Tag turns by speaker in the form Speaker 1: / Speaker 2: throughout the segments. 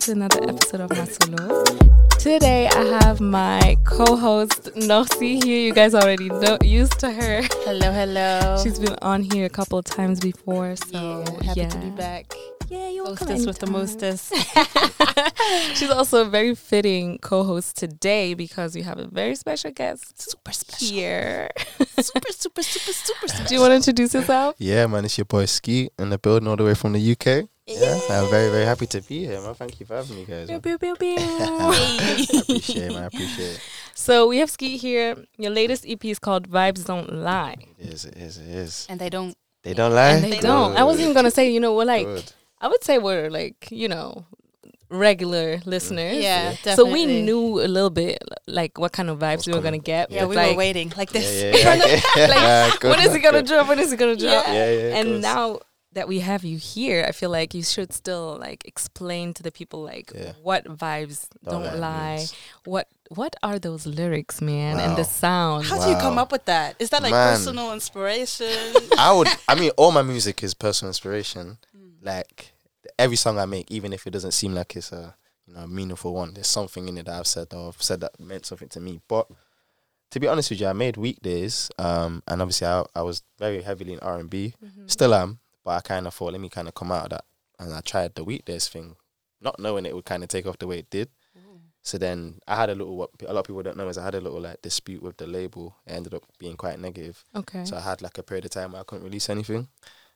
Speaker 1: to another episode of My Solo. Today I have my co-host Noxie here. You guys already know used to her.
Speaker 2: Hello, hello.
Speaker 1: She's been on here a couple of times before, so
Speaker 2: Oh. yeah, happy to be back.
Speaker 1: Yeah, you're welcome.
Speaker 2: Hostess with the
Speaker 1: anytime.
Speaker 2: mostest.
Speaker 1: She's also a very fitting co-host today because we have a very special guest
Speaker 2: super special.
Speaker 1: here.
Speaker 2: Super, super, super, super special.
Speaker 1: Do you want to introduce yourself?
Speaker 3: Yeah, man, it's your boy Ski in the building all the way from the UK. Yeah, I'm very, very happy to be here, man. Thank you for having me, guys.
Speaker 1: Pew,
Speaker 3: man.
Speaker 1: pew, pew, pew.
Speaker 3: I appreciate it, man. I appreciate it.
Speaker 1: So we have Skeet here. Your latest EP is called Vibes Don't Lie.
Speaker 3: It is, it is, it is.
Speaker 2: And they don't.
Speaker 3: They don't lie.
Speaker 2: And they
Speaker 1: They don't. I wasn't even gonna say. You know, we're like.
Speaker 3: Good.
Speaker 1: I would say we're like you know regular listeners.
Speaker 2: Yeah, definitely.
Speaker 1: So we knew a little bit like what kind of vibes we were gonna
Speaker 3: coming.
Speaker 1: get.
Speaker 2: Yeah,
Speaker 1: but,
Speaker 2: we
Speaker 1: like,
Speaker 2: were waiting like
Speaker 3: Yeah,
Speaker 2: this.
Speaker 3: yeah, yeah. okay.
Speaker 1: like,
Speaker 3: Good,
Speaker 1: when is it
Speaker 3: good,
Speaker 1: gonna
Speaker 3: good.
Speaker 1: drop? When is it gonna drop?
Speaker 3: Yeah, yeah.
Speaker 1: and
Speaker 3: good.
Speaker 1: now that we have you here, I feel like you should still like explain to the people like
Speaker 3: Yeah.
Speaker 1: what vibes don't, lie.
Speaker 3: means-
Speaker 1: What what are those lyrics, man? And the
Speaker 3: Wow.
Speaker 1: sound.
Speaker 2: How do you come
Speaker 3: Wow.
Speaker 2: up with that? Is that like
Speaker 3: Man.
Speaker 2: personal inspiration?
Speaker 3: I would. I mean, all my music is personal inspiration. Like every song I make, even if it doesn't seem like it's a you know a meaningful one, there's something in it that I've said that I've said that meant something to me. But to be honest with you, I made weekdays, um, and obviously I, I was very heavily in R and B,
Speaker 1: Mm.
Speaker 2: Mm-hmm.
Speaker 3: still am. But I kind of thought, let me kind of come out of that, and I tried the weekdays thing, not knowing it would kind of take off the way it did. So then I had a little what a lot of people don't know is I had a little like dispute with the label. It ended up being quite negative.
Speaker 1: okay.
Speaker 3: So I had like a period of time where I couldn't release anything.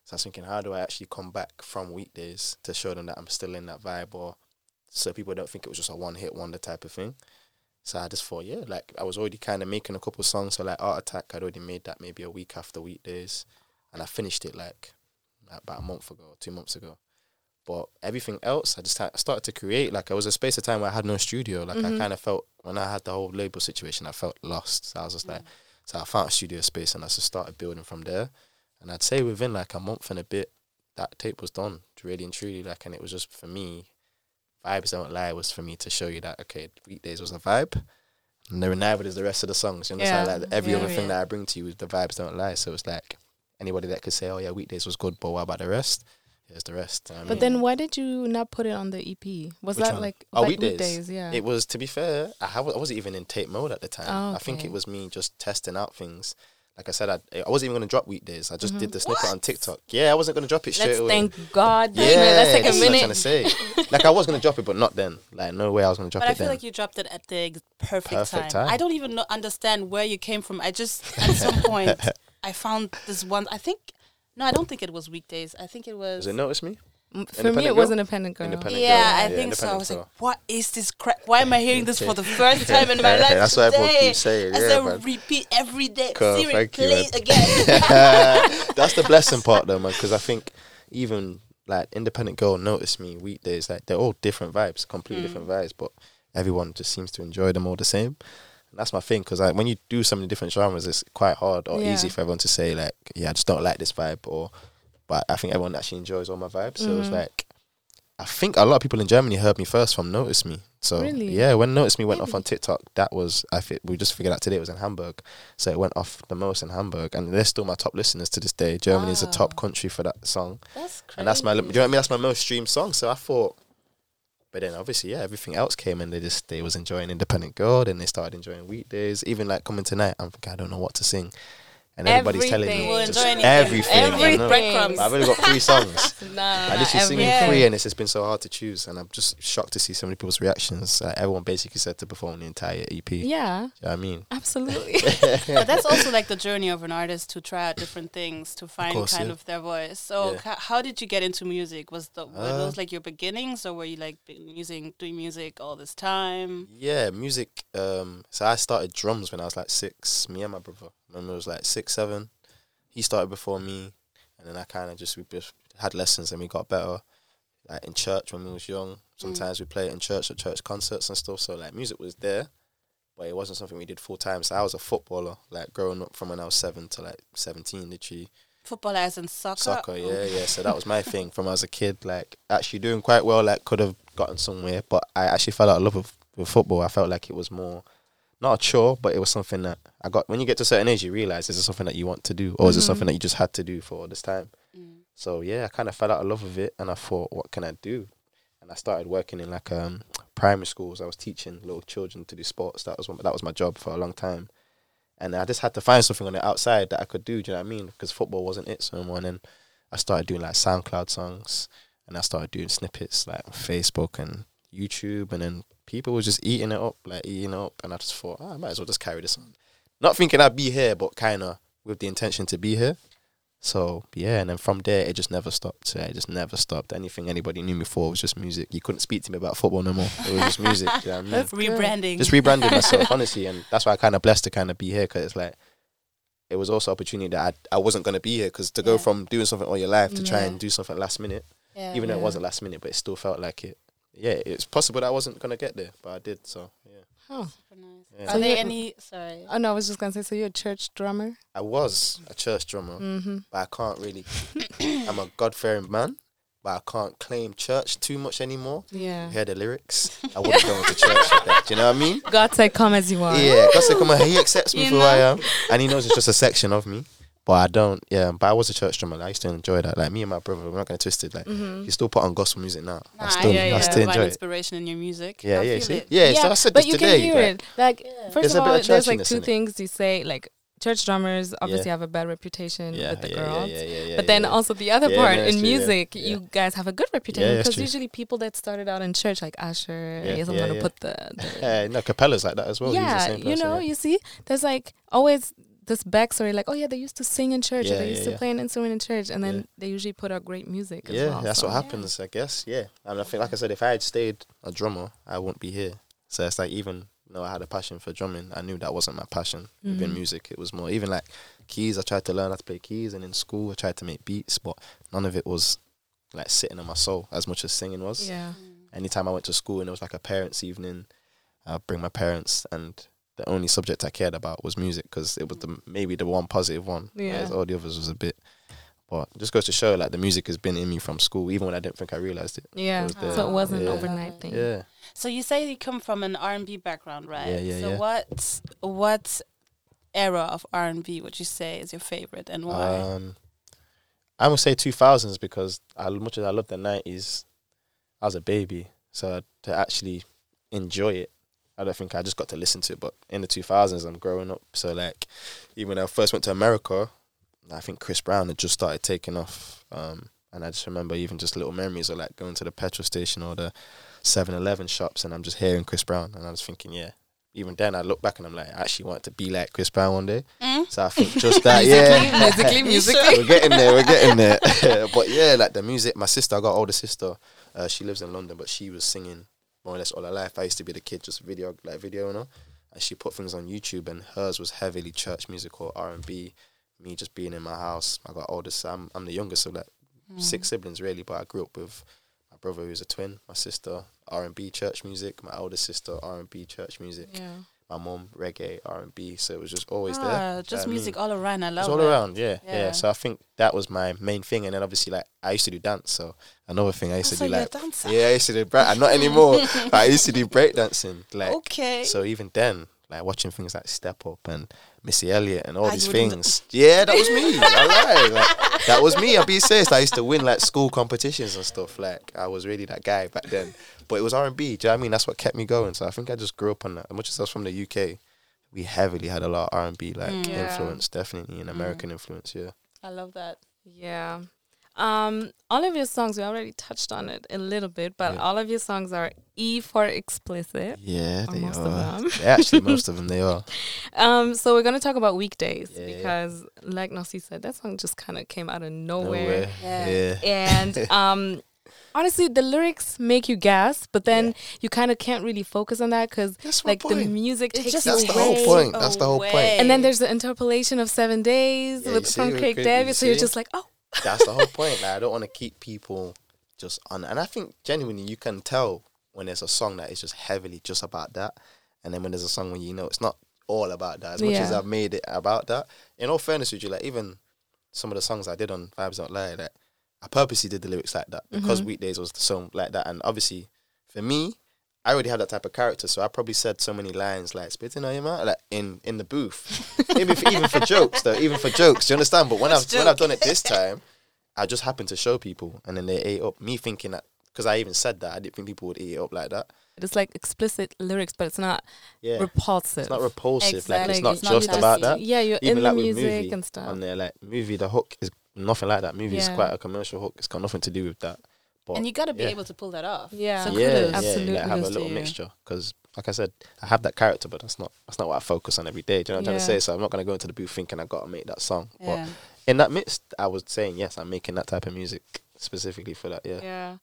Speaker 3: So I was thinking, how do I actually come back from weekdays to show them that I'm still in that vibe or so people don't think it was just a one hit wonder type of thing. So I just thought, yeah, like I was already kind of making a couple songs. So like Art Attack, I'd already made that maybe a week after weekdays. And I finished it like, like about a month ago, two months ago. But everything else, I just had, I started to create. Like, it was a space of time where I had no studio. Like, I kind of felt, when I had the whole label situation, I felt lost. So I was just like, so I found a studio space and I just started building from there. And I'd say within like a month and a bit, that tape was done, really and truly. Like, and it was just for me, Vibes Don't Lie was for me to show you that, okay, Weekdays was a vibe. And there neither does the rest of the songs. You understand?
Speaker 1: Yeah.
Speaker 3: Like, every
Speaker 2: Yeah,
Speaker 3: other thing
Speaker 2: yeah.
Speaker 3: that I bring to you is the Vibes Don't Lie. So it's like anybody that could say, oh, yeah, Weekdays was good, but what about the rest? Here's the rest. You know what I
Speaker 1: But
Speaker 3: mean?
Speaker 1: then why did you not put it on the EP? Was
Speaker 3: Which
Speaker 1: that
Speaker 3: one?
Speaker 1: like
Speaker 3: Oh,
Speaker 1: like
Speaker 3: weekdays.
Speaker 1: Yeah.
Speaker 3: It was, to be fair, I, have, I wasn't even in tape mode at the time.
Speaker 1: Oh,
Speaker 3: I think
Speaker 1: okay.
Speaker 3: it was me just testing out things. Like I said, I, I wasn't even going to drop weekdays. I just did the snippet on TikTok. Yeah, I wasn't going to drop it straight
Speaker 1: Mm-hmm. Let's
Speaker 3: away.
Speaker 1: thank God.
Speaker 3: yeah,
Speaker 1: man. Let's take
Speaker 3: that's
Speaker 1: a
Speaker 3: what I'm
Speaker 1: minute.
Speaker 3: trying to say. like I was going to drop it, but not then. Like no way I was going to drop
Speaker 2: But I
Speaker 3: it
Speaker 2: feel
Speaker 3: then.
Speaker 2: like you dropped it at the ex- perfect, time.
Speaker 3: Perfect time.
Speaker 2: I don't even know, understand where you came from. I just at some point I found this one. I think no, I don't think it was weekdays. I think it was.
Speaker 3: Does it notice me?
Speaker 1: M- For me, it
Speaker 3: Independent
Speaker 1: was
Speaker 3: girl?
Speaker 1: independent girl.
Speaker 3: Independent. Independent
Speaker 2: Yeah, I
Speaker 3: girl. Yeah,
Speaker 2: think so. I was like,
Speaker 3: independent
Speaker 2: what is this crap? Why am I hearing this for the first time in my life?
Speaker 3: That's what everyone
Speaker 2: today?
Speaker 3: keeps saying,
Speaker 2: As
Speaker 3: yeah,
Speaker 2: I
Speaker 3: man.
Speaker 2: repeat every day.
Speaker 3: Cool,
Speaker 2: Siri,
Speaker 3: thank you,
Speaker 2: play
Speaker 3: man.
Speaker 2: it again.
Speaker 3: That's the blessing part though, man. Because I think even like independent girl notice me weekdays. Like they're all different vibes, completely different vibes, but everyone just seems to enjoy them all the same. And that's my thing because like when you do so many different genres, it's quite hard or
Speaker 1: Yeah.
Speaker 3: easy for everyone to say like, yeah, I just don't like this vibe. Or but I think everyone actually enjoys all my vibes. So it's like. I think a lot of people in Germany heard me first from Notice Me. So
Speaker 1: Really?
Speaker 3: yeah, when Notice Me went off on TikTok, that was I think we just figured out today it was in Hamburg. So it went off the most in Hamburg, and they're still my top listeners to this day. Germany is the top country for that song,
Speaker 2: That's Ah. crazy.
Speaker 3: and that's my do you know what I mean? That's my most streamed song. So I thought, but then obviously yeah, everything else came, and they just they was enjoying Independent Girl, then they started enjoying Weekdays, even like coming tonight. I'm thinking I don't know what to sing, and everybody's
Speaker 1: Everything.
Speaker 3: telling
Speaker 2: We'll
Speaker 3: me
Speaker 2: enjoy
Speaker 3: just
Speaker 2: anything.
Speaker 3: everything.
Speaker 2: Every
Speaker 3: you know?
Speaker 2: breadcrumbs.
Speaker 3: But I've only got three songs.
Speaker 1: Nah,
Speaker 3: I literally singing
Speaker 1: everything.
Speaker 3: three, and it's just been so hard to choose. And I'm just shocked to see so many people's reactions. Like, everyone basically said to perform the entire E EP. Yeah.
Speaker 1: Yeah,
Speaker 3: I mean,
Speaker 1: absolutely.
Speaker 2: But that's also like the journey of an artist to try out different things to find
Speaker 3: course,
Speaker 2: kind
Speaker 3: yeah.
Speaker 2: of their voice. So
Speaker 3: Yeah.
Speaker 2: ca- how did you get into music? Was the, were
Speaker 3: Uh,
Speaker 2: those like your beginnings, or were you like been using doing music all this time?
Speaker 3: yeah, music. Um, so I started drums when I was like six. Me and my brother. My brother was like six, seven. He started before me, and then I kind of just we just had lessons and we got better. Like in church when we was young, sometimes we play it in church at church concerts and stuff. So like music was there, but it wasn't something we did full time. So I was a footballer, like growing up from when I was seven to like seventeen, literally.
Speaker 2: Football as in soccer.
Speaker 3: soccer
Speaker 2: Oh.
Speaker 3: yeah yeah so that was my thing from as a kid like actually doing quite well like could have gotten somewhere but i actually fell out of love with, with football i felt like it was more not a chore but it was something that i got when you get to a certain age you realize is it something that you want to do or is it something that you just had to do for all this time so yeah i kind of fell out of love with it and i thought what can i do and I started working in like um primary schools. I was teaching little children to do sports. That was one, that was my job for a long time, and I just had to find something on the outside that I could do. Do you know what I mean? Because football wasn't it so anymore. And then I started doing like SoundCloud songs, and I started doing snippets like on Facebook and YouTube, and then people were just eating it up, like eating it up, and I just thought, ah, I might as well just carry this on. Not thinking I'd be here, but kind of with the intention to be here. So yeah, and then from there it just never stopped. Yeah, it just never stopped. Anything anybody knew me for was just music. You couldn't speak to me about football no more. It was just music. you know what I mean?
Speaker 2: Rebranding.
Speaker 3: Just rebranded myself, honestly, and that's why I kind of blessed to kind of be here because it's like it was also opportunity that I, I wasn't gonna be here because to go
Speaker 2: Yeah.
Speaker 3: from doing something all your life to try
Speaker 1: Yeah.
Speaker 3: and do something last minute,
Speaker 2: Yeah.
Speaker 3: even though it
Speaker 1: Yeah.
Speaker 3: wasn't last minute, but it still felt like it. Yeah, it's possible that I wasn't gonna get there, but I did. So yeah,
Speaker 1: Oh.
Speaker 2: Super nice.
Speaker 3: Yeah.
Speaker 2: Are
Speaker 1: So
Speaker 2: there
Speaker 1: you-
Speaker 2: any? Sorry.
Speaker 1: oh, no, I was just going to say, so you're a church drummer?
Speaker 3: I was a church drummer,
Speaker 1: Mm-hmm.
Speaker 3: but I can't really. I'm a God fearing man, but I can't claim church too much anymore.
Speaker 1: Yeah.
Speaker 3: hear the lyrics, I would have gone to church with that. Do you know what I mean?
Speaker 1: God said, come as you are.
Speaker 3: Yeah, God said, come on, he accepts me
Speaker 2: You
Speaker 3: for who I am. And he knows it's just a section of me. But I don't, yeah. But I was a church drummer. Like, I used to enjoy that. Like me and my brother, we're not going to twist it. Like,
Speaker 1: Mm-hmm.
Speaker 3: you still put on gospel music now. I
Speaker 2: Nah,
Speaker 3: still,
Speaker 2: yeah, yeah.
Speaker 3: I still
Speaker 2: Find
Speaker 3: enjoy it.
Speaker 2: inspiration in your music.
Speaker 3: Yeah,
Speaker 2: I
Speaker 3: yeah,
Speaker 2: feel
Speaker 3: see?
Speaker 2: it.
Speaker 3: Yeah, so I said
Speaker 1: but you
Speaker 3: this
Speaker 1: can
Speaker 3: today.
Speaker 1: hear
Speaker 3: like,
Speaker 1: it. Like, first
Speaker 3: There's
Speaker 1: of
Speaker 3: a bit
Speaker 1: all,
Speaker 3: of
Speaker 1: there's like
Speaker 3: churchiness
Speaker 1: two
Speaker 3: in it.
Speaker 1: things you say. Like, church drummers obviously have a bad reputation
Speaker 3: yeah,
Speaker 1: with the
Speaker 3: yeah,
Speaker 1: girls.
Speaker 3: yeah, yeah, yeah, yeah,
Speaker 1: But then
Speaker 3: yeah.
Speaker 1: also the other
Speaker 3: Yeah,
Speaker 1: part
Speaker 3: no, it's
Speaker 1: in
Speaker 3: true, yeah,
Speaker 1: music,
Speaker 3: yeah.
Speaker 1: you guys have a good reputation
Speaker 3: that's
Speaker 1: because
Speaker 3: true.
Speaker 1: usually people that started out in church, like Usher,
Speaker 3: Yeah,
Speaker 1: yes, I'm
Speaker 3: yeah,
Speaker 1: gonna
Speaker 3: yeah.
Speaker 1: put the, the
Speaker 3: Yeah, no, Capella's like that as well. He was the
Speaker 1: yeah,
Speaker 3: same
Speaker 1: you
Speaker 3: person,
Speaker 1: know,
Speaker 3: yeah.
Speaker 1: you see, there's like always this backstory, like, oh yeah, they used to sing in church, or
Speaker 3: Yeah,
Speaker 1: they
Speaker 3: yeah,
Speaker 1: used to
Speaker 3: yeah.
Speaker 1: play an instrument in church, and then
Speaker 3: Yeah.
Speaker 1: they usually put out great music. As
Speaker 3: yeah,
Speaker 1: well,
Speaker 3: that's
Speaker 1: so.
Speaker 3: what happens, I guess. Yeah, and I think, like I said, if I had stayed a drummer, I wouldn't be here. So it's like even though I had a passion for drumming, I knew that wasn't my passion
Speaker 1: Mm.
Speaker 3: within music. It was more even like keys. I tried to learn how to play keys, and in school I tried to make beats, but none of it was like sitting in my soul as much as singing was.
Speaker 1: Yeah,
Speaker 3: Anytime I went to school and it was like a parents' evening, I'd bring my parents and. The only subject I cared about was music because it was the maybe the one positive one.
Speaker 1: Yeah.
Speaker 3: whereas all the others was a bit but it just goes to show like the music has been in me from school, even when I didn't think I realized it.
Speaker 1: yeah.
Speaker 3: was the-
Speaker 1: so it wasn't an
Speaker 3: yeah.
Speaker 1: overnight thing.
Speaker 3: Yeah.
Speaker 2: So you say you come from an R and B background, right?
Speaker 3: Yeah, yeah,
Speaker 2: So
Speaker 3: yeah.
Speaker 2: what what era of R and B would you say is your favorite and why?
Speaker 3: Um, I would say two thousands because as much as I love the nineties, I was a baby, so to actually enjoy it, I don't think I just got to listen to it. But in the two thousands, I'm growing up, so like even when I first went to America, I think Chris Brown had just started taking off. Um, and I just remember even just little memories of like going to the petrol station or the 7-Eleven shops, and I'm just hearing Chris Brown, and I was thinking, yeah. Even then, I look back and I'm like, I actually want to be like Chris Brown one day.
Speaker 2: Mm?
Speaker 3: So I think just that, yeah.
Speaker 1: Musically, musically.
Speaker 3: we're getting there. We're getting there. but yeah, like the music. My sister, I got an older sister. Uh, she lives in London, but she was singing more or less all her life. I used to be the kid, just video like videoing her, and she put things on YouTube. And hers was heavily church music or R and B. Me just being in my house. I got older. So I'm I'm the youngest of like
Speaker 2: Mm.
Speaker 3: six siblings really, but I grew up with my brother who's a twin, my sister R and B church music, my older sister R and B church music,
Speaker 1: Yeah.
Speaker 3: my mom reggae R and B. So it was just always there.
Speaker 2: Ah,
Speaker 3: Do you know what
Speaker 2: just
Speaker 3: I mean?
Speaker 2: music all around. I love
Speaker 3: it's all
Speaker 2: it.
Speaker 3: around, yeah, yeah,
Speaker 2: Yeah.
Speaker 3: So I think that was my main thing, and then obviously like I used to do dance. So another thing I used to
Speaker 2: So
Speaker 3: do
Speaker 2: you're a
Speaker 3: like
Speaker 2: dancer.
Speaker 3: yeah, I used to do break. Not anymore. but I used to do break dancing. Like
Speaker 2: Okay.
Speaker 3: so even then, like watching things like Step Up and Missy Elliott and all
Speaker 2: Ah,
Speaker 3: these
Speaker 2: you were doing
Speaker 3: things. Yeah, that was me. I lied. Like, that was me. I'm being serious. I used to win like school competitions and stuff. Like I was really that guy back then. But it was R and B. Do you know what I mean? That's what kept me going. So I think I just grew up on that. As much as I was from the UK, we heavily had a lot of R and B like
Speaker 1: Mm. Yeah. Mm.
Speaker 3: influence, definitely, and American influence. Yeah.
Speaker 2: I love that.
Speaker 1: Yeah. Um, all of your songs, we already touched on it a little bit, but
Speaker 3: Yeah.
Speaker 1: all of your songs are E for explicit.
Speaker 3: Yeah,
Speaker 1: Or they most of are. them.
Speaker 3: They actually, most of them they are.
Speaker 1: Um, so we're gonna talk about weekdays
Speaker 3: Yeah, yeah.
Speaker 1: because, like Nossi said, that song just kind of came out of
Speaker 3: Nowhere.
Speaker 2: Yeah.
Speaker 3: Yeah.
Speaker 1: and um honestly the lyrics make you gasp but then
Speaker 3: Yeah.
Speaker 1: you kind of can't really focus on that because
Speaker 3: That's my
Speaker 1: like the
Speaker 3: point.
Speaker 1: music takes
Speaker 2: just
Speaker 1: you
Speaker 3: That's the whole
Speaker 1: away.
Speaker 3: point. That's the whole point.
Speaker 2: away.
Speaker 1: and then there's the interpolation of seven days
Speaker 3: Yeah,
Speaker 1: with
Speaker 3: you see,
Speaker 1: from
Speaker 3: we
Speaker 1: Craig
Speaker 3: could-
Speaker 1: David
Speaker 3: you
Speaker 1: so you're
Speaker 3: see.
Speaker 1: just like oh
Speaker 3: That's the whole point. Like I don't want to keep people just on. And I think genuinely, you can tell when there's a song that is just heavily just about that, and then when there's a song when you know it's not all about that. As much as
Speaker 1: Yeah.
Speaker 3: I've made it about that, in all fairness with you, like even some of the songs I did on Vibes Not Lie, like I purposely did the lyrics like that because Weekdays was the song like that, and obviously for me. I already have that type of character, so I probably said so many lines like "spitting on your mouth," like in in the booth, even for, even for jokes though, even for jokes. Do you understand? But when I've when I've done it this time, I just happened to show people, and then they ate up me thinking that because I even said that I didn't think people would eat it up like that.
Speaker 1: It's like explicit lyrics, but it's not
Speaker 3: Yeah,
Speaker 1: repulsive.
Speaker 3: it's not repulsive. Like
Speaker 2: Exactly.
Speaker 3: it's not
Speaker 2: It's not
Speaker 3: just about
Speaker 2: nasty.
Speaker 3: that.
Speaker 1: Yeah, you're
Speaker 3: Even
Speaker 1: in
Speaker 3: like
Speaker 1: the
Speaker 3: with Um,
Speaker 1: music
Speaker 3: movie
Speaker 1: and stuff.
Speaker 3: And they're like movie. The hook is nothing like that. Movie is
Speaker 1: Yeah.
Speaker 3: quite a commercial hook. It's got nothing to do with that. But
Speaker 2: and you got to be
Speaker 3: yeah.
Speaker 2: able to pull that off.
Speaker 1: Yeah.
Speaker 2: So
Speaker 3: yeah,
Speaker 2: kudos.
Speaker 3: yeah, you,
Speaker 1: Absolutely.
Speaker 3: like have a
Speaker 2: Kudos to
Speaker 3: little
Speaker 2: you.
Speaker 3: mixture because, like I said, I have that character, but that's not that's not what I focus on every day. Do you know what I'm
Speaker 1: Yeah.
Speaker 3: trying to say? So I'm not gonna go into the booth thinking I gotta make that song.
Speaker 2: Yeah.
Speaker 3: But in that midst, I was saying yes, I'm making that type of music specifically for that. Yeah,
Speaker 1: Yeah.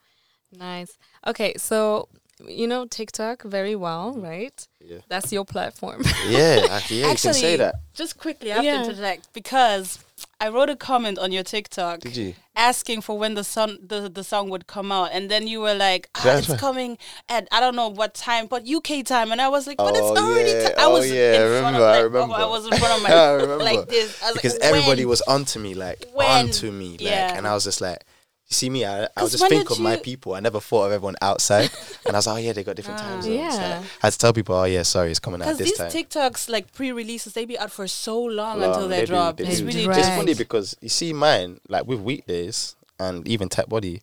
Speaker 1: Nice. Okay, so you know TikTok very well,
Speaker 3: Mm-hmm.
Speaker 1: right?
Speaker 3: yeah,
Speaker 1: That's your platform.
Speaker 3: yeah. I- yeah you can say that.
Speaker 2: Just quickly, I have
Speaker 1: Yeah.
Speaker 2: to interject because I wrote a comment on your TikTok
Speaker 3: Did you?
Speaker 2: asking for when the song the, the song would come out, and then you were like, ah,
Speaker 3: That's
Speaker 2: "It's
Speaker 3: right.
Speaker 2: coming at I don't know what time, but UK time," and I was like, "But
Speaker 3: Oh,
Speaker 2: it's already."
Speaker 3: yeah.
Speaker 2: ti- I
Speaker 3: Oh,
Speaker 2: was
Speaker 3: yeah.
Speaker 2: in
Speaker 3: I
Speaker 2: front
Speaker 3: remember.
Speaker 2: of
Speaker 3: I
Speaker 2: like,
Speaker 3: remember.
Speaker 2: I was in front of my
Speaker 3: I remember.
Speaker 2: like this. I was
Speaker 3: because
Speaker 2: like,
Speaker 3: everybody
Speaker 2: "When?"
Speaker 3: was onto me, like
Speaker 2: When?
Speaker 3: onto me, like,
Speaker 2: Yeah.
Speaker 3: and I was just like, you see me, I, I
Speaker 2: 'Cause
Speaker 3: was just
Speaker 2: when
Speaker 3: think
Speaker 2: did
Speaker 3: of my
Speaker 2: you-
Speaker 3: people. I never thought of everyone outside, and I was like, oh yeah, they got different time zones.
Speaker 1: Yeah.
Speaker 3: Like, I had to tell people, oh yeah, sorry, it's coming out
Speaker 2: Ah. Because
Speaker 3: this
Speaker 2: these
Speaker 3: time.
Speaker 2: TikToks, like pre-releases, they be out for so long,
Speaker 3: Long,
Speaker 2: until they,
Speaker 3: do,
Speaker 2: drop.
Speaker 3: they
Speaker 2: it's
Speaker 3: do.
Speaker 2: really
Speaker 1: Right.
Speaker 3: It's funny because you see mine like with weekdays and even tech body.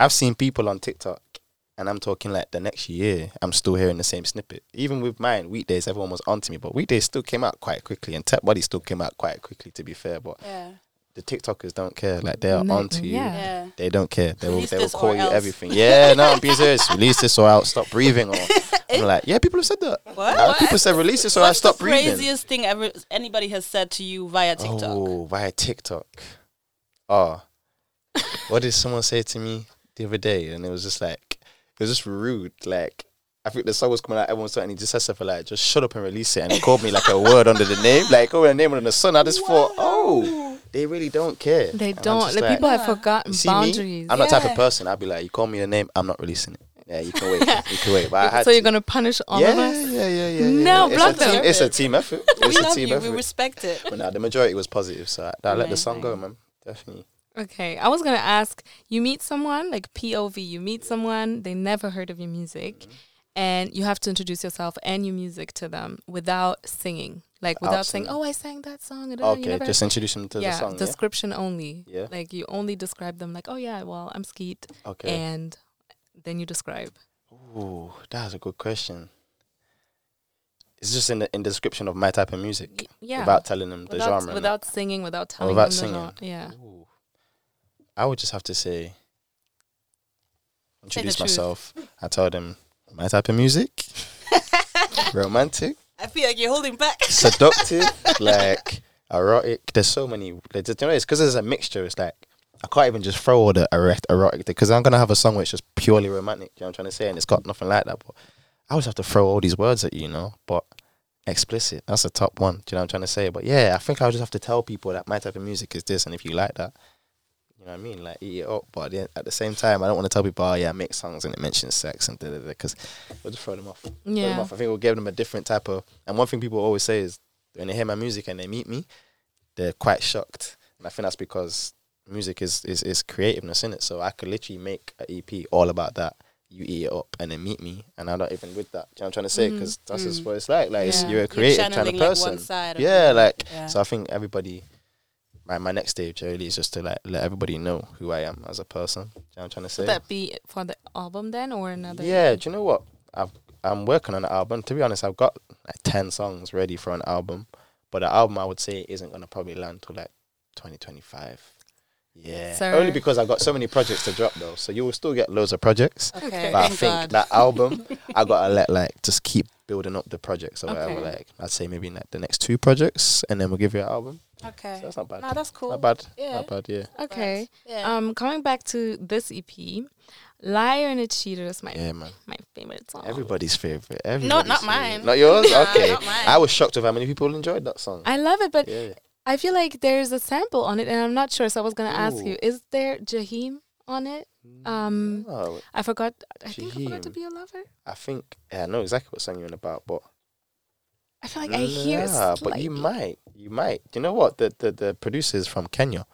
Speaker 3: I've seen people on TikTok, and I'm talking like the next year. I'm still hearing the same snippet. Even with mine weekdays, everyone was onto me, but weekdays still came out quite quickly, and tech body still came out quite quickly. To be fair, but
Speaker 2: yeah,
Speaker 3: the TikTokers don't care. Like they are
Speaker 1: No,
Speaker 3: onto you.
Speaker 1: yeah.
Speaker 2: yeah.
Speaker 3: They don't care. They will,
Speaker 2: Release
Speaker 3: they will
Speaker 2: this or
Speaker 3: call you
Speaker 2: else.
Speaker 3: everything. Yeah, no, I'm being serious. Release this or I'll stop breathing. Or I'm like, yeah, people have said that.
Speaker 2: What?
Speaker 3: Like, people said release this or I'll
Speaker 2: What's the
Speaker 3: stop breathing.
Speaker 2: craziest thing ever anybody has said to you via TikTok?
Speaker 3: Oh, via TikTok. Oh, what did someone say to me the other day? And it was just like, it was just rude. Like, I think the song was coming out, everyone was starting, and he just said something like, just shut up and release it. And he called me like a word under the name, like, oh, the name under the sun. I just thought, oh, they really don't care.
Speaker 1: they
Speaker 3: And I'm
Speaker 1: don't.
Speaker 3: just
Speaker 1: Like,
Speaker 3: like,
Speaker 1: people have
Speaker 2: Yeah.
Speaker 1: forgotten
Speaker 3: you see
Speaker 1: boundaries.
Speaker 3: Me? I'm that type
Speaker 2: Yeah.
Speaker 3: of person. I'd be like, you call me the name, I'm not releasing it. Yeah, you can wait. you can wait. But I had
Speaker 1: so you're
Speaker 3: to.
Speaker 1: gonna punish all
Speaker 3: yeah,
Speaker 1: of us?
Speaker 3: yeah, yeah, yeah, yeah.
Speaker 1: No,
Speaker 3: it's
Speaker 1: block
Speaker 3: a
Speaker 1: them.
Speaker 3: Team, it's a team effort.
Speaker 2: we
Speaker 3: It's a
Speaker 2: love
Speaker 3: team
Speaker 2: you.
Speaker 3: effort.
Speaker 2: We respect it.
Speaker 3: but now the majority was positive, so I, I let the song go,
Speaker 2: Amazing.
Speaker 3: man. Definitely.
Speaker 1: Okay. I was gonna ask, you meet someone, like POV, you meet someone, they never heard of your music
Speaker 3: Mm-hmm.
Speaker 1: and you have to introduce yourself and your music to them without singing. Like
Speaker 3: Without
Speaker 1: without saying,
Speaker 3: singing.
Speaker 1: Oh, I sang that song. and, oh, you
Speaker 3: Okay,
Speaker 1: never
Speaker 3: just introduce them to
Speaker 1: yeah,
Speaker 3: the song.
Speaker 1: description only.
Speaker 3: Yeah.
Speaker 1: Like you only describe them like, Oh yeah, well, I'm Skeet
Speaker 3: yeah. Okay.
Speaker 1: and then you describe.
Speaker 3: Ooh, that's a good question. It's just in the in description of my type of music,
Speaker 1: Y- Yeah.
Speaker 3: without telling them the
Speaker 1: without,
Speaker 3: genre. and
Speaker 1: without singing, without telling
Speaker 3: without
Speaker 1: them
Speaker 3: singing.
Speaker 1: the genre. Yeah.
Speaker 3: Ooh. I would just have to say, introduce
Speaker 2: truth.
Speaker 3: myself. I tell them my type of music, romantic,
Speaker 2: I feel like you're holding back.
Speaker 3: seductive, like erotic. There's so many. There's, you know, it's because there's a mixture. It's like I can't even just throw all the erect, erotic because I'm gonna have a song where it's just purely romantic. You know what I'm trying to say, and it's got nothing like that. But I always have to throw all these words at you, you know. But explicit, that's the top one. Do you know what I'm trying to say? But yeah, I think I'll just have to tell people that my type of music is this, and if you like that. You know what I mean? Like, eat it up. But then at the same time, I don't want to tell people, oh, yeah, I make songs and it mentions sex and da da da, because we'll just throw them off put them
Speaker 1: Yeah.
Speaker 3: off. I think we'll give them a different type of. And one thing people always say is when they hear my music and they meet me, they're quite shocked. And I think that's because music is is, is creativeness in it. So I could literally make an EP all about that. You eat it up and then meet me, and I'm not even with that. Do you know what I'm trying to say? Because that's just what it's like. Like it's,
Speaker 1: Yeah.
Speaker 3: you're
Speaker 2: Mm. You're
Speaker 3: a creative kind of
Speaker 2: channeling like
Speaker 3: person.
Speaker 2: one side. Of
Speaker 3: yeah, like
Speaker 2: Yeah.
Speaker 3: so. I think everybody. My, my next stage really is just to like let everybody know who I am as a person. Do you know what I'm trying to say?
Speaker 1: Would that be for the album then or another?
Speaker 3: Yeah, do you know what? I've, I'm working on an album. To be honest, I've got like 10 songs ready for an album, but the album I would say isn't going to probably land till like 2025. Yeah.
Speaker 1: So-
Speaker 3: Only because I've got so many projects to drop though. So you will still get loads of projects.
Speaker 2: Okay,
Speaker 3: But I
Speaker 2: thank
Speaker 3: think
Speaker 2: God.
Speaker 3: that album, I got to let like just keep building up the projects or whatever.
Speaker 1: Okay.
Speaker 3: Like I'd say maybe like the next two projects and then we'll give you an album.
Speaker 2: okay.
Speaker 3: So that's not bad.
Speaker 2: No, that's cool.
Speaker 3: Not bad.
Speaker 2: Yeah.
Speaker 3: Not bad, yeah.
Speaker 1: Okay.
Speaker 2: Yeah.
Speaker 1: Um, coming back to this EP, "Liar and a Cheater" is my
Speaker 3: Yeah, man.
Speaker 1: my favorite song.
Speaker 3: Everybody's favorite.
Speaker 2: not
Speaker 3: Everybody's favorite.
Speaker 2: mine.
Speaker 3: Not yours?
Speaker 2: No,
Speaker 3: okay.
Speaker 2: not mine.
Speaker 3: I was shocked of how many people enjoyed that song.
Speaker 1: I love it, but
Speaker 3: yeah.
Speaker 1: I feel like there's a sample on it, and I'm not sure. So I was gonna ask
Speaker 3: Ooh.
Speaker 1: you: Is there Jaheim on it? Um,
Speaker 3: Oh,
Speaker 1: I forgot. I think I forgot to
Speaker 3: Jaheim.
Speaker 1: be a lover.
Speaker 3: I think yeah, I know exactly what song you're on about, but
Speaker 1: I feel like I hear it.
Speaker 3: Nah, but you
Speaker 1: slightly.
Speaker 3: might, you might. Do you know what the the, the producer is from Kenya,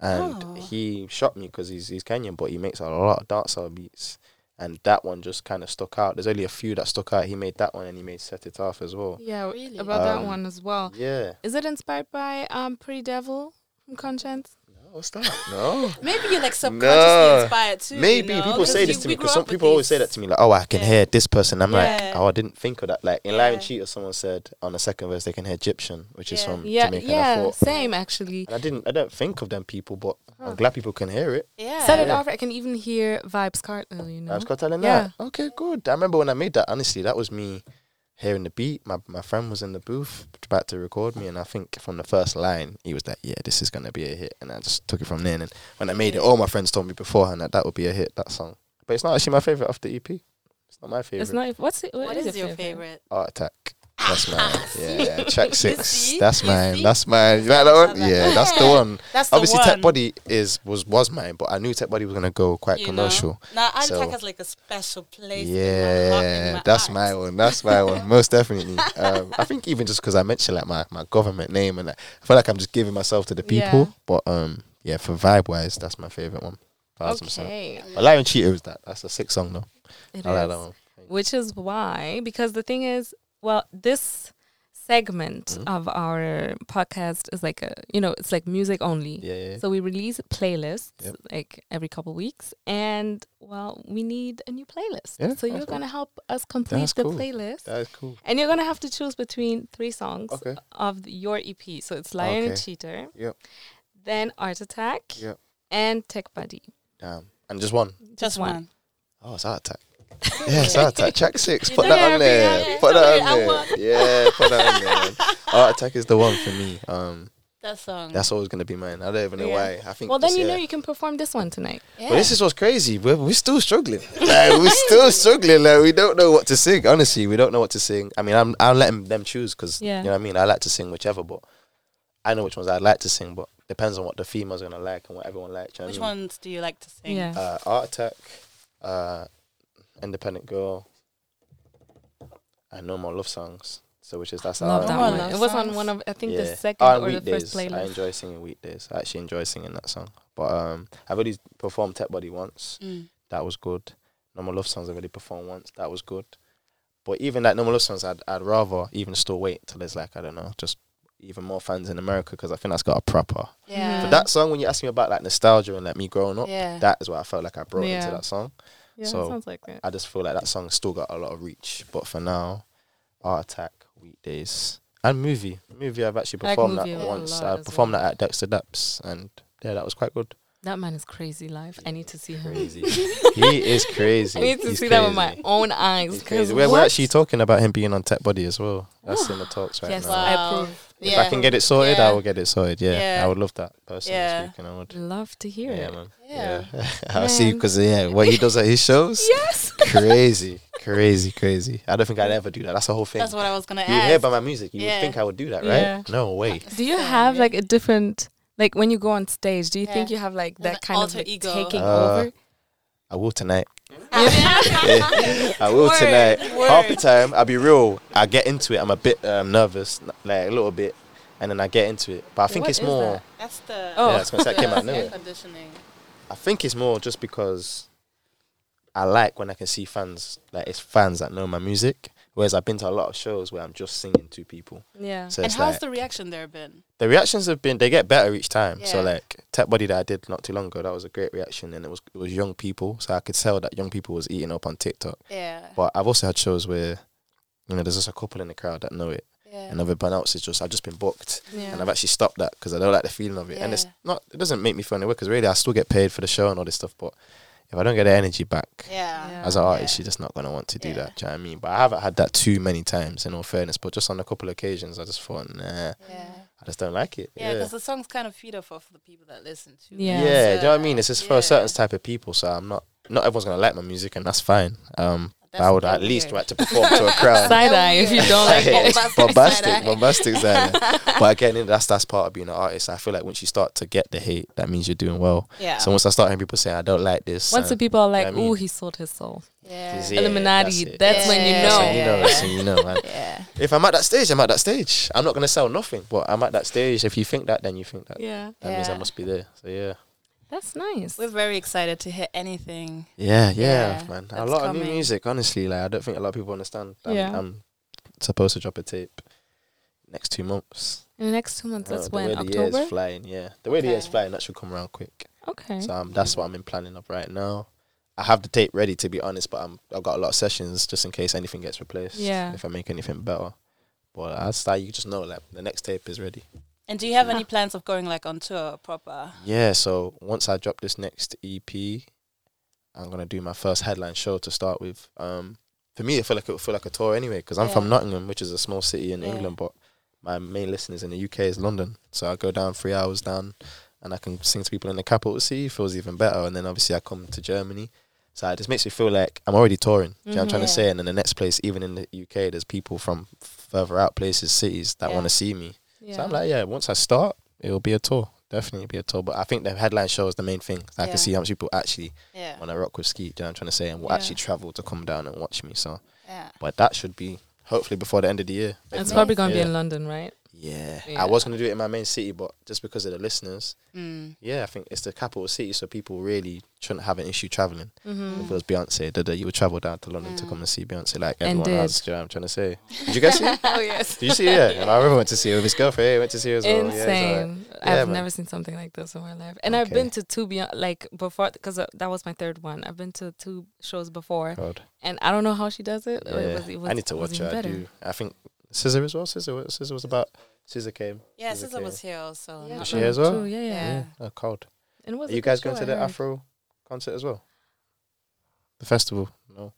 Speaker 3: and
Speaker 2: Oh.
Speaker 3: he shot me because he's he's Kenyan, but he makes a lot of dancehall beats, and that one just kind of stuck out. There's only a few that stuck out. He made that one, and he made Set It Off as well.
Speaker 1: Yeah, w-
Speaker 2: Really?
Speaker 1: about that
Speaker 3: Um,
Speaker 1: one as well.
Speaker 3: Yeah,
Speaker 1: Is it inspired by um, Pretty Devil from Conscience?
Speaker 3: no, What's that? No.
Speaker 2: Maybe you're like subconsciously
Speaker 3: No.
Speaker 2: inspired too. you
Speaker 3: Maybe
Speaker 2: know,
Speaker 3: people say this
Speaker 2: you-
Speaker 3: to
Speaker 2: we
Speaker 3: me
Speaker 2: grew
Speaker 3: because some
Speaker 2: up with
Speaker 3: people always say
Speaker 2: these.
Speaker 3: that to me, like, oh, I can
Speaker 2: Yeah.
Speaker 3: hear this person. I'm
Speaker 2: Yeah.
Speaker 3: like, oh, I didn't think of that. Like in Lion
Speaker 2: Yeah.
Speaker 3: Cheat, someone said on the second verse they can hear Egyptian, which is
Speaker 2: Yeah.
Speaker 3: from
Speaker 1: Yeah,
Speaker 3: Mm, Jamaica. And I
Speaker 1: yeah,
Speaker 3: thought,
Speaker 1: same actually.
Speaker 3: and I didn't, I don't think of them people, but
Speaker 1: Huh.
Speaker 3: I'm glad people can hear it.
Speaker 2: Yeah.
Speaker 1: Set it
Speaker 3: Yeah.
Speaker 1: off. I can even hear vibes Cartel. You know.
Speaker 3: I was quite telling
Speaker 1: Yeah.
Speaker 3: that. Okay, good. I remember when I made that. Honestly, that was me hearing the beat. My my friend was in the booth about to record me, and I think from the first line, he was like, "Yeah, this is gonna be a hit," and I just took it from there. And then when I made it, all my friends told me beforehand that that would be a hit. That song, but it's not actually my favorite off the EP. It's not my favorite.
Speaker 1: It's not. What's it?
Speaker 2: What is your
Speaker 1: favorite?
Speaker 2: favorite?
Speaker 3: Art Attack. That's mine. Yeah, track six.
Speaker 2: see?
Speaker 3: That's
Speaker 2: You
Speaker 3: mine.
Speaker 2: see?
Speaker 3: That's mine. You like that one?
Speaker 2: Yeah.
Speaker 3: Yeah, that's the one.
Speaker 2: That's the
Speaker 3: Obviously,
Speaker 2: one.
Speaker 3: Tech Body is was was mine, but I knew Tech Body was gonna go quite
Speaker 2: you know?
Speaker 3: commercial.
Speaker 2: Now, Art
Speaker 3: So-
Speaker 2: Attack has like a special place. in my heart, in
Speaker 3: Yeah, that's
Speaker 2: heart.
Speaker 3: my one. That's my one. Most definitely. Um, I think even just because I mentioned like my, my government name and like, I feel like I'm just giving myself to the
Speaker 1: Yeah.
Speaker 3: people. But um, yeah, for vibe wise, that's my favorite one. Thousand percent.
Speaker 1: Okay.
Speaker 3: But Lion Cheater is that. That's a sick song though.
Speaker 1: It
Speaker 3: I like
Speaker 1: is.
Speaker 3: that one.
Speaker 1: Which is why, because the thing is, well, this segment
Speaker 3: Mm-hmm.
Speaker 1: of our podcast is like a, you know, it's like music only.
Speaker 3: Yeah, yeah.
Speaker 1: So we release playlists
Speaker 3: Yep.
Speaker 1: like every couple weeks, and well, we need a new playlist.
Speaker 3: Yeah,
Speaker 1: so you're
Speaker 3: that's
Speaker 1: gonna help us complete
Speaker 3: That's
Speaker 1: the
Speaker 3: cool.
Speaker 1: playlist,
Speaker 3: That is cool.
Speaker 1: and you're gonna have to choose between three songs
Speaker 3: Okay.
Speaker 1: of the- your EP. So it's Lion and
Speaker 3: Okay.
Speaker 1: Cheater,
Speaker 3: Yep.
Speaker 1: then Art Attack,
Speaker 3: Yep.
Speaker 1: and Tech Buddy.
Speaker 3: Damn. And just one.
Speaker 1: Just,
Speaker 2: Just
Speaker 1: one.
Speaker 2: one.
Speaker 3: Oh, it's Art Attack. Yeah, it's Art Attack. Track six.
Speaker 2: You
Speaker 3: Put
Speaker 2: know
Speaker 3: that on
Speaker 2: every
Speaker 3: there.
Speaker 2: other
Speaker 3: Put that on
Speaker 2: song I
Speaker 3: there.
Speaker 2: want.
Speaker 3: Yeah, put that on there. Art Attack is the one for me. Um,
Speaker 2: That song.
Speaker 3: that's always gonna be mine. I don't even know
Speaker 2: Yeah.
Speaker 3: why. I think.
Speaker 1: Well, then
Speaker 3: just,
Speaker 1: you
Speaker 3: yeah.
Speaker 1: know you can perform this one tonight.
Speaker 2: yeah.
Speaker 3: But this is what's crazy. We're, we're still struggling. Like, we're still struggling. Like we don't know what to sing. Honestly, we don't know what to sing. I mean, I'm I'm letting them choose because
Speaker 1: Yeah.
Speaker 3: you know what I mean. I like to sing whichever, but I know which ones I'd like to sing. But depends on what the female's gonna like and what everyone likes. You know
Speaker 2: Which
Speaker 3: what I mean?
Speaker 2: ones do you like to sing?
Speaker 1: Yeah.
Speaker 3: Uh, Art Attack, uh, Independent Girl, and No More Love Songs. So which is that's
Speaker 1: Love
Speaker 3: our
Speaker 1: that
Speaker 2: Oh, I
Speaker 1: one.
Speaker 2: love
Speaker 1: It was on
Speaker 2: songs.
Speaker 1: one of I think the second
Speaker 3: Oh, and
Speaker 1: or the first
Speaker 3: I
Speaker 1: playlist.
Speaker 3: enjoy singing weekdays. I actually enjoy singing that song. But um, I've already performed Tech Body once.
Speaker 2: Mm.
Speaker 3: that was good. Normal Love Songs I've already performed once, that was good. But even like Normal Love Songs, I'd, I'd rather even still wait till there's like, I don't know, just even more fans in America because I think that's got a proper.
Speaker 2: Yeah.
Speaker 1: But
Speaker 3: But that song, when you asked me about like nostalgia and like me growing up,
Speaker 2: Yeah.
Speaker 3: that is what I felt like I brought
Speaker 1: Yeah.
Speaker 3: into that song.
Speaker 1: Yeah,
Speaker 3: So-
Speaker 1: that sounds like it.
Speaker 3: I just feel like that song still got a lot of reach. But for now, Art Attack, Weekdays, and Movie. Movie, I've actually
Speaker 1: I like
Speaker 3: performed
Speaker 1: Movie a
Speaker 3: that once.
Speaker 1: lot
Speaker 3: I
Speaker 1: as
Speaker 3: performed
Speaker 1: well.
Speaker 3: that at Dexter Daps, and yeah, that was quite good.
Speaker 1: That man is crazy live. I need to see him.
Speaker 3: Crazy. he is crazy.
Speaker 1: I need to
Speaker 3: He's
Speaker 1: see that with
Speaker 3: crazy.
Speaker 1: my own eyes.
Speaker 3: It's crazy.
Speaker 1: 'cause
Speaker 3: We're, we're
Speaker 1: what?
Speaker 3: actually talking about him being on Tech Body as well. That's in the talks right
Speaker 1: Yes,
Speaker 3: now.
Speaker 1: I
Speaker 2: Wow.
Speaker 1: approve.
Speaker 3: If
Speaker 2: Yeah.
Speaker 3: I can get it sorted, I
Speaker 2: Yeah.
Speaker 3: will get it sorted. Yeah,
Speaker 2: Yeah.
Speaker 3: I would love that personally
Speaker 2: Yeah.
Speaker 3: speaking. I would.
Speaker 1: Love to hear
Speaker 3: Yeah,
Speaker 1: it.
Speaker 3: man.
Speaker 2: Yeah.
Speaker 3: I'll see
Speaker 1: Man.
Speaker 3: because yeah, what he does at his shows,
Speaker 1: Yes.
Speaker 3: crazy, crazy, crazy. I don't think I'd ever do that. That's the whole thing.
Speaker 2: That's what I was gonna
Speaker 3: you
Speaker 2: ask.
Speaker 3: hear by my music, you
Speaker 2: Yeah.
Speaker 3: would think I would do that, right?
Speaker 1: Yeah.
Speaker 3: No way.
Speaker 1: Do you have like a different like when you go on stage? Do you think
Speaker 2: Yeah.
Speaker 1: you have like
Speaker 2: There's
Speaker 1: that
Speaker 2: an
Speaker 1: kind of
Speaker 2: alter
Speaker 1: like,
Speaker 2: ego.
Speaker 1: taking
Speaker 3: Uh,
Speaker 1: over?
Speaker 3: I will tonight.
Speaker 2: yeah.
Speaker 3: I will
Speaker 2: Word,
Speaker 3: tonight. Half the
Speaker 2: word.
Speaker 3: time, I'll be real. I get into it. I'm a bit um, nervous, n- like a little bit, and then I get into it. But I think
Speaker 1: What
Speaker 3: it's
Speaker 1: is
Speaker 3: more.
Speaker 1: that?
Speaker 2: That's the
Speaker 1: Oh.
Speaker 3: Yeah, it's gonna say I came out of
Speaker 2: the air
Speaker 3: nowhere.
Speaker 2: conditioning.
Speaker 3: I think it's more just because I like when I can see fans, like it's fans that know my music. Whereas I've been to a lot of shows where I'm just singing to people.
Speaker 1: Yeah.
Speaker 3: So
Speaker 2: and
Speaker 3: it's
Speaker 2: how's
Speaker 3: like, the,
Speaker 2: the reaction there been?
Speaker 3: reactions have been they get better each time. So
Speaker 2: Yeah.
Speaker 3: like Tech Body that I did not too long ago, that was a great reaction and it was it was young people. So I could tell that young people was eating up on TikTok.
Speaker 2: Yeah.
Speaker 3: But I've also had shows where you know, there's just a couple in the crowd that know it, and everyone else is just. I've just been booked,
Speaker 1: Yeah.
Speaker 3: and I've actually stopped that because I don't like the feeling of it, and it's
Speaker 2: Yeah.
Speaker 3: not. It doesn't make me feel anywhere because really, I still get paid for the show and all this stuff. But if I don't get the energy back,
Speaker 2: Yeah.
Speaker 3: as an artist, you're "Oh, just not gonna want to do
Speaker 2: Yeah.
Speaker 3: that. Do you know what I mean? But I haven't had that too many times, in all fairness. But just on a couple of occasions, I just thought, nah,
Speaker 2: Yeah.
Speaker 3: I just don't like it.
Speaker 2: Yeah,
Speaker 3: Yeah,
Speaker 2: because the song's kind of feed off of the people that listen to. it.
Speaker 1: Yeah.
Speaker 3: Yeah, do you know what I mean? It's just for
Speaker 2: Yeah.
Speaker 3: a certain type of people, so I'm not. Not everyone's gonna like my music, and that's fine. Um, but
Speaker 2: That's
Speaker 3: I would
Speaker 2: so
Speaker 3: at least
Speaker 2: weird.
Speaker 3: like to perform to a crowd.
Speaker 1: Side eye if you don't like it.
Speaker 3: It's bombastic, bombastic Zion. But again, that's that's part of being an artist. I feel like once you start to get the hate, that means you're doing well.
Speaker 2: Yeah.
Speaker 3: So once I start hearing people saying I don't like this, uh,
Speaker 1: Once the
Speaker 3: and-
Speaker 1: people are like,
Speaker 3: I mean-
Speaker 1: "Ooh, he sold his soul."
Speaker 2: yeah.
Speaker 3: Yeah,
Speaker 1: Illuminati. That's,
Speaker 3: that's it.
Speaker 1: when you
Speaker 2: Yeah.
Speaker 1: know.
Speaker 3: that's when you know,
Speaker 2: yeah.
Speaker 3: that's when you know, man.
Speaker 2: Yeah.
Speaker 3: If I'm at that stage, I'm at that stage. I'm not gonna sell nothing, but I'm at that stage. If you think that, then you think that.
Speaker 1: Yeah.
Speaker 3: That means I
Speaker 2: Yeah.
Speaker 3: must be there. So yeah.
Speaker 1: That's nice.
Speaker 2: We're very excited to hear anything.
Speaker 3: Yeah,
Speaker 2: Yeah,
Speaker 3: yeah, man. A
Speaker 2: that's
Speaker 3: lot of new
Speaker 2: coming.
Speaker 3: music, honestly. Like I don't think a lot of people understand. I'm,
Speaker 1: Yeah.
Speaker 3: I'm supposed to drop a tape next two months.
Speaker 1: In the next two months,
Speaker 3: Uh,
Speaker 1: that's
Speaker 3: the
Speaker 1: when
Speaker 3: way the year
Speaker 1: October.
Speaker 3: is flying, yeah. The way the year is
Speaker 2: Okay.
Speaker 3: flying, that should come around quick.
Speaker 1: okay.
Speaker 3: So um, that's what I'm in planning of right now. I have the tape ready to be honest, but I'm, I've got a lot of sessions just in case anything gets replaced.
Speaker 1: Yeah.
Speaker 3: If I make anything better. But uh, as that, you just know, like the next tape is ready.
Speaker 2: And do you have any plans of going like on tour proper?
Speaker 3: Yeah. So once I drop this next EP, I'm gonna do my first headline show to start with. Um, for me, I feel like it would feel like a tour anyway because I'm from
Speaker 2: Yeah.
Speaker 3: Nottingham, which is a small city in
Speaker 2: Yeah.
Speaker 3: England, but my main listeners in the UK is London. So I go down three hours down, and I can sing to people in the capital city. Feels even better. And then obviously I come to Germany. So it just makes me feel like I'm already touring. Do you know what I'm
Speaker 1: Mhm.
Speaker 3: trying to
Speaker 2: Mm-hmm. Yeah.
Speaker 3: say? And then the next place, even in the UK, there's people from further out places, cities that
Speaker 2: Yeah.
Speaker 3: want to see me.
Speaker 1: yeah.
Speaker 3: So I'm like, yeah, once I start, it'll be a tour. Definitely be a tour. But I think the headline show is the main thing. I
Speaker 2: Yeah.
Speaker 3: can see how much people actually
Speaker 2: Yeah.
Speaker 3: want to rock with Skeet, do you know what I'm trying to say, and will
Speaker 1: Yeah.
Speaker 3: actually travel to come down and watch me. So,
Speaker 2: Yeah.
Speaker 3: but that should be hopefully before the end of the year.
Speaker 1: And it's
Speaker 2: Amazing.
Speaker 1: probably gonna
Speaker 3: Yeah.
Speaker 1: be in London, right?
Speaker 3: Yeah.
Speaker 1: Yeah.
Speaker 3: I was going to do it in my main city, but just because of the listeners,
Speaker 2: Mm.
Speaker 3: yeah, I think it's the capital city, so people really shouldn't have an issue traveling.
Speaker 1: Mm-hmm.
Speaker 3: If it was Beyonce, da-da, you would travel down to London to
Speaker 2: Mm.
Speaker 3: come and see Beyonce, like
Speaker 1: And
Speaker 3: everyone
Speaker 1: did.
Speaker 3: has. Do you know what I'm trying to say? Did you guys see? it?
Speaker 1: oh yes.
Speaker 3: Did you see? it? Yeah. And I remember went to see it with his girlfriend. Yeah, went to see it as well. Yeah, it's all right.
Speaker 1: Insane.
Speaker 3: Yeah,
Speaker 1: I've
Speaker 3: man.
Speaker 1: never seen something like this in my life. And I've
Speaker 3: Okay.
Speaker 1: been to two beyond like before because that was my third one. I've been to two shows before,
Speaker 3: God.
Speaker 1: and I don't know how she does it. but
Speaker 3: Yeah.
Speaker 1: It was, it was,
Speaker 3: I need to
Speaker 1: it was
Speaker 3: watch
Speaker 1: even
Speaker 3: her. I
Speaker 1: better.
Speaker 3: do. I think Scissor as well. Scissor. Scissor was about. Scissor came.
Speaker 2: Yeah,
Speaker 3: Is it
Speaker 2: Sizzle
Speaker 3: okay?
Speaker 2: was here also.
Speaker 1: Yeah,
Speaker 2: not
Speaker 1: no,
Speaker 3: she
Speaker 2: long-
Speaker 3: here as well?
Speaker 1: true, Yeah, yeah.
Speaker 2: Yeah.
Speaker 3: Oh, cold.
Speaker 1: And it was
Speaker 3: Are
Speaker 1: a
Speaker 3: you
Speaker 1: good
Speaker 3: guys
Speaker 1: show,
Speaker 3: going
Speaker 1: I
Speaker 3: to the
Speaker 1: heard.
Speaker 3: Afro concert as well? The festival? No.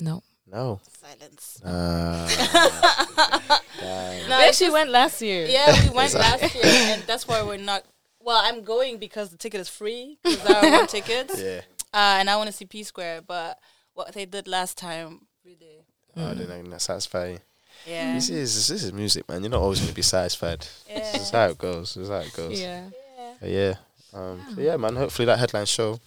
Speaker 1: No.
Speaker 3: No.
Speaker 2: Silence.
Speaker 3: Uh,
Speaker 2: No,
Speaker 1: we
Speaker 2: it's
Speaker 1: actually
Speaker 2: just-
Speaker 1: went last year.
Speaker 2: Yeah, we went last year, and that's why we're not. Well, I'm going because the ticket is free because there are more tickets,
Speaker 3: yeah.
Speaker 2: uh, and I want to see P Square. But what they did last time, really,
Speaker 3: Oh, I don't know. That's satisfying.
Speaker 2: yeah,
Speaker 3: This is this is music, man. You're not always going to be satisfied.
Speaker 2: yeah,
Speaker 3: This is how it goes. This is how it goes.
Speaker 1: Yeah.
Speaker 2: yeah.
Speaker 3: But yeah. Um, so yeah, man. Hopefully that headline show.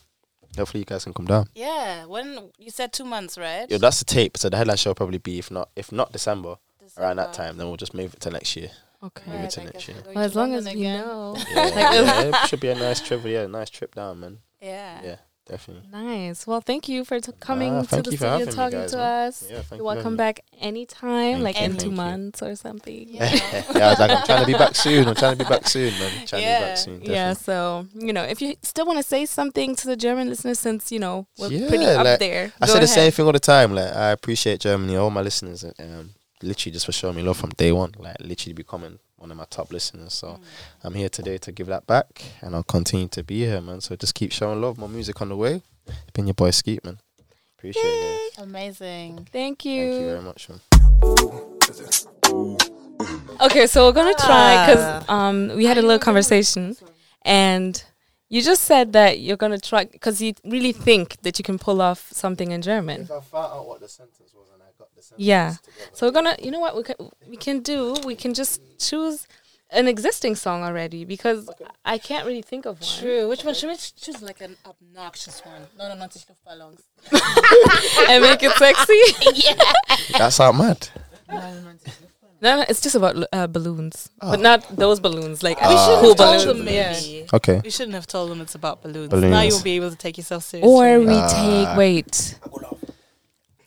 Speaker 3: Hopefully you guys can come down.
Speaker 2: Yeah, When you said two months, right?
Speaker 3: Yo, that's the tape. So the headline show will probably be if not if not December around that
Speaker 1: Uh-huh.
Speaker 2: December.
Speaker 3: time, then we'll just move it to next year.
Speaker 1: Okay.
Speaker 3: Maybe
Speaker 2: Right,
Speaker 3: to
Speaker 2: I
Speaker 3: next
Speaker 2: guess
Speaker 3: year.
Speaker 2: we're going
Speaker 1: Well, as
Speaker 2: to
Speaker 1: long
Speaker 2: London
Speaker 1: as we
Speaker 2: again.
Speaker 1: know.
Speaker 3: Yeah,
Speaker 1: Like-
Speaker 3: yeah, it should be a nice trip. Yeah, nice trip down, man.
Speaker 2: Yeah.
Speaker 3: Yeah, definitely.
Speaker 1: Nice. Well, thank you for t- coming
Speaker 3: Ah,
Speaker 1: to
Speaker 3: thank
Speaker 1: the
Speaker 3: you for
Speaker 1: studio
Speaker 3: having me,
Speaker 1: talking
Speaker 3: guys,
Speaker 1: to
Speaker 3: man.
Speaker 1: us.
Speaker 3: Yeah, thank
Speaker 1: You're
Speaker 3: you very
Speaker 1: welcome
Speaker 3: much.
Speaker 1: back anytime,
Speaker 3: Thank
Speaker 1: like
Speaker 3: you,
Speaker 1: in
Speaker 3: thank
Speaker 1: two
Speaker 3: you.
Speaker 1: months or something.
Speaker 2: Yeah.
Speaker 3: yeah, I was like, I'm trying to be back soon. I'm trying to be back soon, man. Trying to be
Speaker 2: Yeah.
Speaker 3: back soon.
Speaker 1: Yeah,
Speaker 3: Definitely.
Speaker 1: so you know, if you still want to say something to the German listeners, since you know we're
Speaker 3: Yeah,
Speaker 1: pretty up
Speaker 3: like,
Speaker 1: there,
Speaker 3: I
Speaker 1: go
Speaker 3: say the
Speaker 1: ahead.
Speaker 3: same thing all the time. Like, I appreciate Germany, all my listeners, um, literally just for showing me love from day one. Like, literally becoming one of my top listeners. So I'm here today to give that back, and I'll continue to be here, man. So just keep showing love. More music on the way. It's been your boy Skeet, man. Appreciate it.
Speaker 2: Amazing.
Speaker 1: Thank
Speaker 3: guys. Thank you
Speaker 1: you.
Speaker 3: very much, man.
Speaker 1: Okay, so we're gonna try because
Speaker 2: Ah.
Speaker 1: um we had a little conversation, and you just said that you're gonna try because you really think that you can pull off something in German.
Speaker 3: I found out what the sentence was, and I got the sentence.
Speaker 1: Yeah. So we're gonna, you know what we can we can do? We can just choose an existing song already because I can't really think of one.
Speaker 2: True. Which one should we choose? Like an obnoxious one? No, no, not the Luftballons.
Speaker 1: and make it sexy.
Speaker 3: That's how mad.
Speaker 1: no, no, it's just about uh, balloons, but not those balloons. Like
Speaker 2: We
Speaker 3: Uh,
Speaker 1: actual
Speaker 2: shouldn't have
Speaker 1: balloons.
Speaker 2: told them maybe.
Speaker 3: Okay.
Speaker 2: We shouldn't have told them it's about balloons. Now
Speaker 3: Balloons.
Speaker 2: you'll be able to take yourself seriously.
Speaker 1: Or we take wait.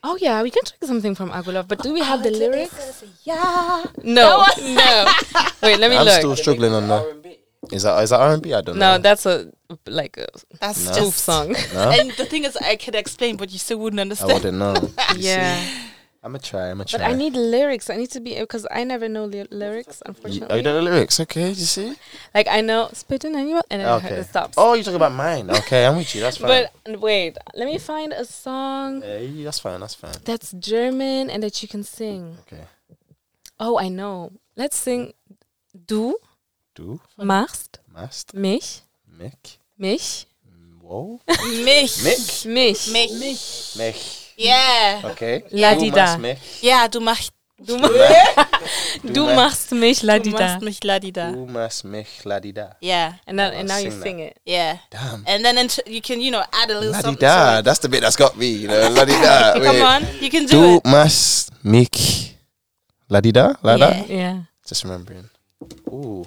Speaker 1: Oh yeah, we can take something from Agulov, but do we have the lyrics?
Speaker 2: yeah.
Speaker 1: No, no. Wait, let me
Speaker 3: I'm
Speaker 1: look.
Speaker 3: still struggling on that. Is that is that R&B? I
Speaker 1: no,
Speaker 3: don't know.
Speaker 1: that's a like a
Speaker 2: That's
Speaker 3: No.
Speaker 1: oof
Speaker 2: just
Speaker 1: song.
Speaker 3: No,
Speaker 2: And the thing is, I could explain, but you still wouldn't
Speaker 3: I
Speaker 2: understand.
Speaker 3: wouldn't know.
Speaker 1: yeah,
Speaker 3: I'm gonna try. I'm gonna try.
Speaker 1: but I need lyrics. I need to be because I never know ly- lyrics,
Speaker 3: You, oh,
Speaker 1: unfortunately.
Speaker 3: you don't know the lyrics, okay? You see?
Speaker 1: Like I know spitting animal, and then
Speaker 3: Okay.
Speaker 1: it stops.
Speaker 3: Oh, you're talking about mine. Okay, I'm with you. That's fine.
Speaker 1: but wait, let me find a song
Speaker 3: Yeah, you- that's fine. That's fine.
Speaker 1: that's German and that you can sing.
Speaker 3: Okay.
Speaker 1: Oh, I know. Let's sing Du
Speaker 3: Du
Speaker 1: machst
Speaker 3: must
Speaker 1: mich,
Speaker 3: Mick.
Speaker 1: mich,
Speaker 3: Whoa.
Speaker 2: Mich.
Speaker 3: Mick.
Speaker 1: mich.
Speaker 2: Mich.
Speaker 3: Mick.
Speaker 2: Yeah.
Speaker 3: Okay.
Speaker 1: La
Speaker 3: Du
Speaker 1: di da.
Speaker 3: machst mich.
Speaker 2: Yeah, du, mach,
Speaker 1: Du, ma- du machst mich
Speaker 2: du
Speaker 1: ladida.
Speaker 2: machst mich ladida.
Speaker 3: Du machst mich ladida.
Speaker 2: Yeah.
Speaker 1: And, then, and now you
Speaker 3: Sing
Speaker 1: sing it.
Speaker 3: that.
Speaker 2: Yeah.
Speaker 3: Damn.
Speaker 2: And then int- you can, you know, add a little something.
Speaker 3: Ladida. That's the bit that's got me, you know. Ladida.
Speaker 2: to it.
Speaker 3: Wait.
Speaker 2: Come on. You can do
Speaker 3: Du
Speaker 2: it.
Speaker 3: machst mich ladida. Lada.
Speaker 2: Yeah.
Speaker 1: Yeah.
Speaker 3: Just remembering. Ooh.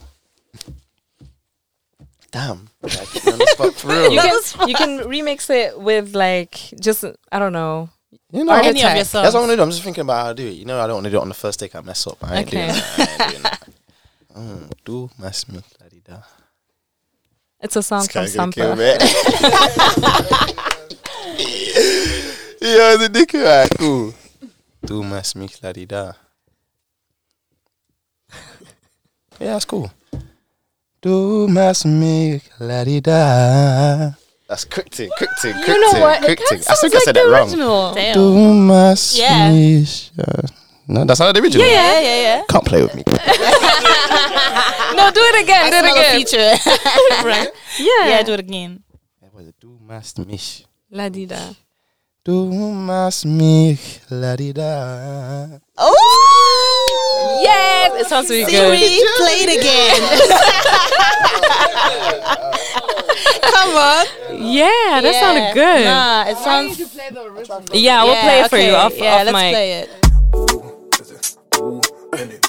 Speaker 3: Damn. I keep me on the spot for real.
Speaker 1: You can, you can remix it with like just I don't know.
Speaker 3: You
Speaker 2: Or
Speaker 3: know,
Speaker 2: any of
Speaker 1: Archetype.
Speaker 2: your
Speaker 1: That's
Speaker 2: songs.
Speaker 3: that's what I'm gonna do. I'm just thinking about how to do it. You know, I don't want to do it on the first take. I mess up. I ain't doing
Speaker 1: Okay.
Speaker 3: that. I ain't doing that. Mm, do my smooth la-di-da.
Speaker 1: It's a song
Speaker 3: This
Speaker 1: from
Speaker 3: guy's gonna kill
Speaker 1: Sampa.
Speaker 3: me. Yo, the dick right, cool. Do my smooth la-di-da. Yeah, that's cool. Do my smooth la-di-da. That's quick thing, quick thing, quick
Speaker 1: You know
Speaker 3: thing,
Speaker 1: what? It
Speaker 3: quick
Speaker 1: kind
Speaker 3: thing.
Speaker 1: of
Speaker 3: I
Speaker 1: sounds
Speaker 3: think I
Speaker 1: like
Speaker 3: said
Speaker 1: the
Speaker 3: that wrong.
Speaker 1: original.
Speaker 2: Damn.
Speaker 3: Do my
Speaker 2: Yeah.
Speaker 3: smash. Uh, No, that's not the original.
Speaker 2: Yeah, yeah, yeah.
Speaker 3: Can't play with me.
Speaker 1: No, do it again. do it again.
Speaker 2: feature. right?
Speaker 1: Yeah.
Speaker 2: Yeah, do it again.
Speaker 3: That was a do my smash.
Speaker 1: La di da.
Speaker 3: Do my smash. La di da.
Speaker 2: Oh!
Speaker 1: Yes, it sounds really good.
Speaker 2: play it again. Come on.
Speaker 1: Yeah, that sounded good.
Speaker 2: Nah, it sounds.
Speaker 1: Yeah, we'll play it for you off,
Speaker 2: yeah,
Speaker 1: off
Speaker 2: let's
Speaker 1: mic.
Speaker 2: play it.
Speaker 4: Ooh, and it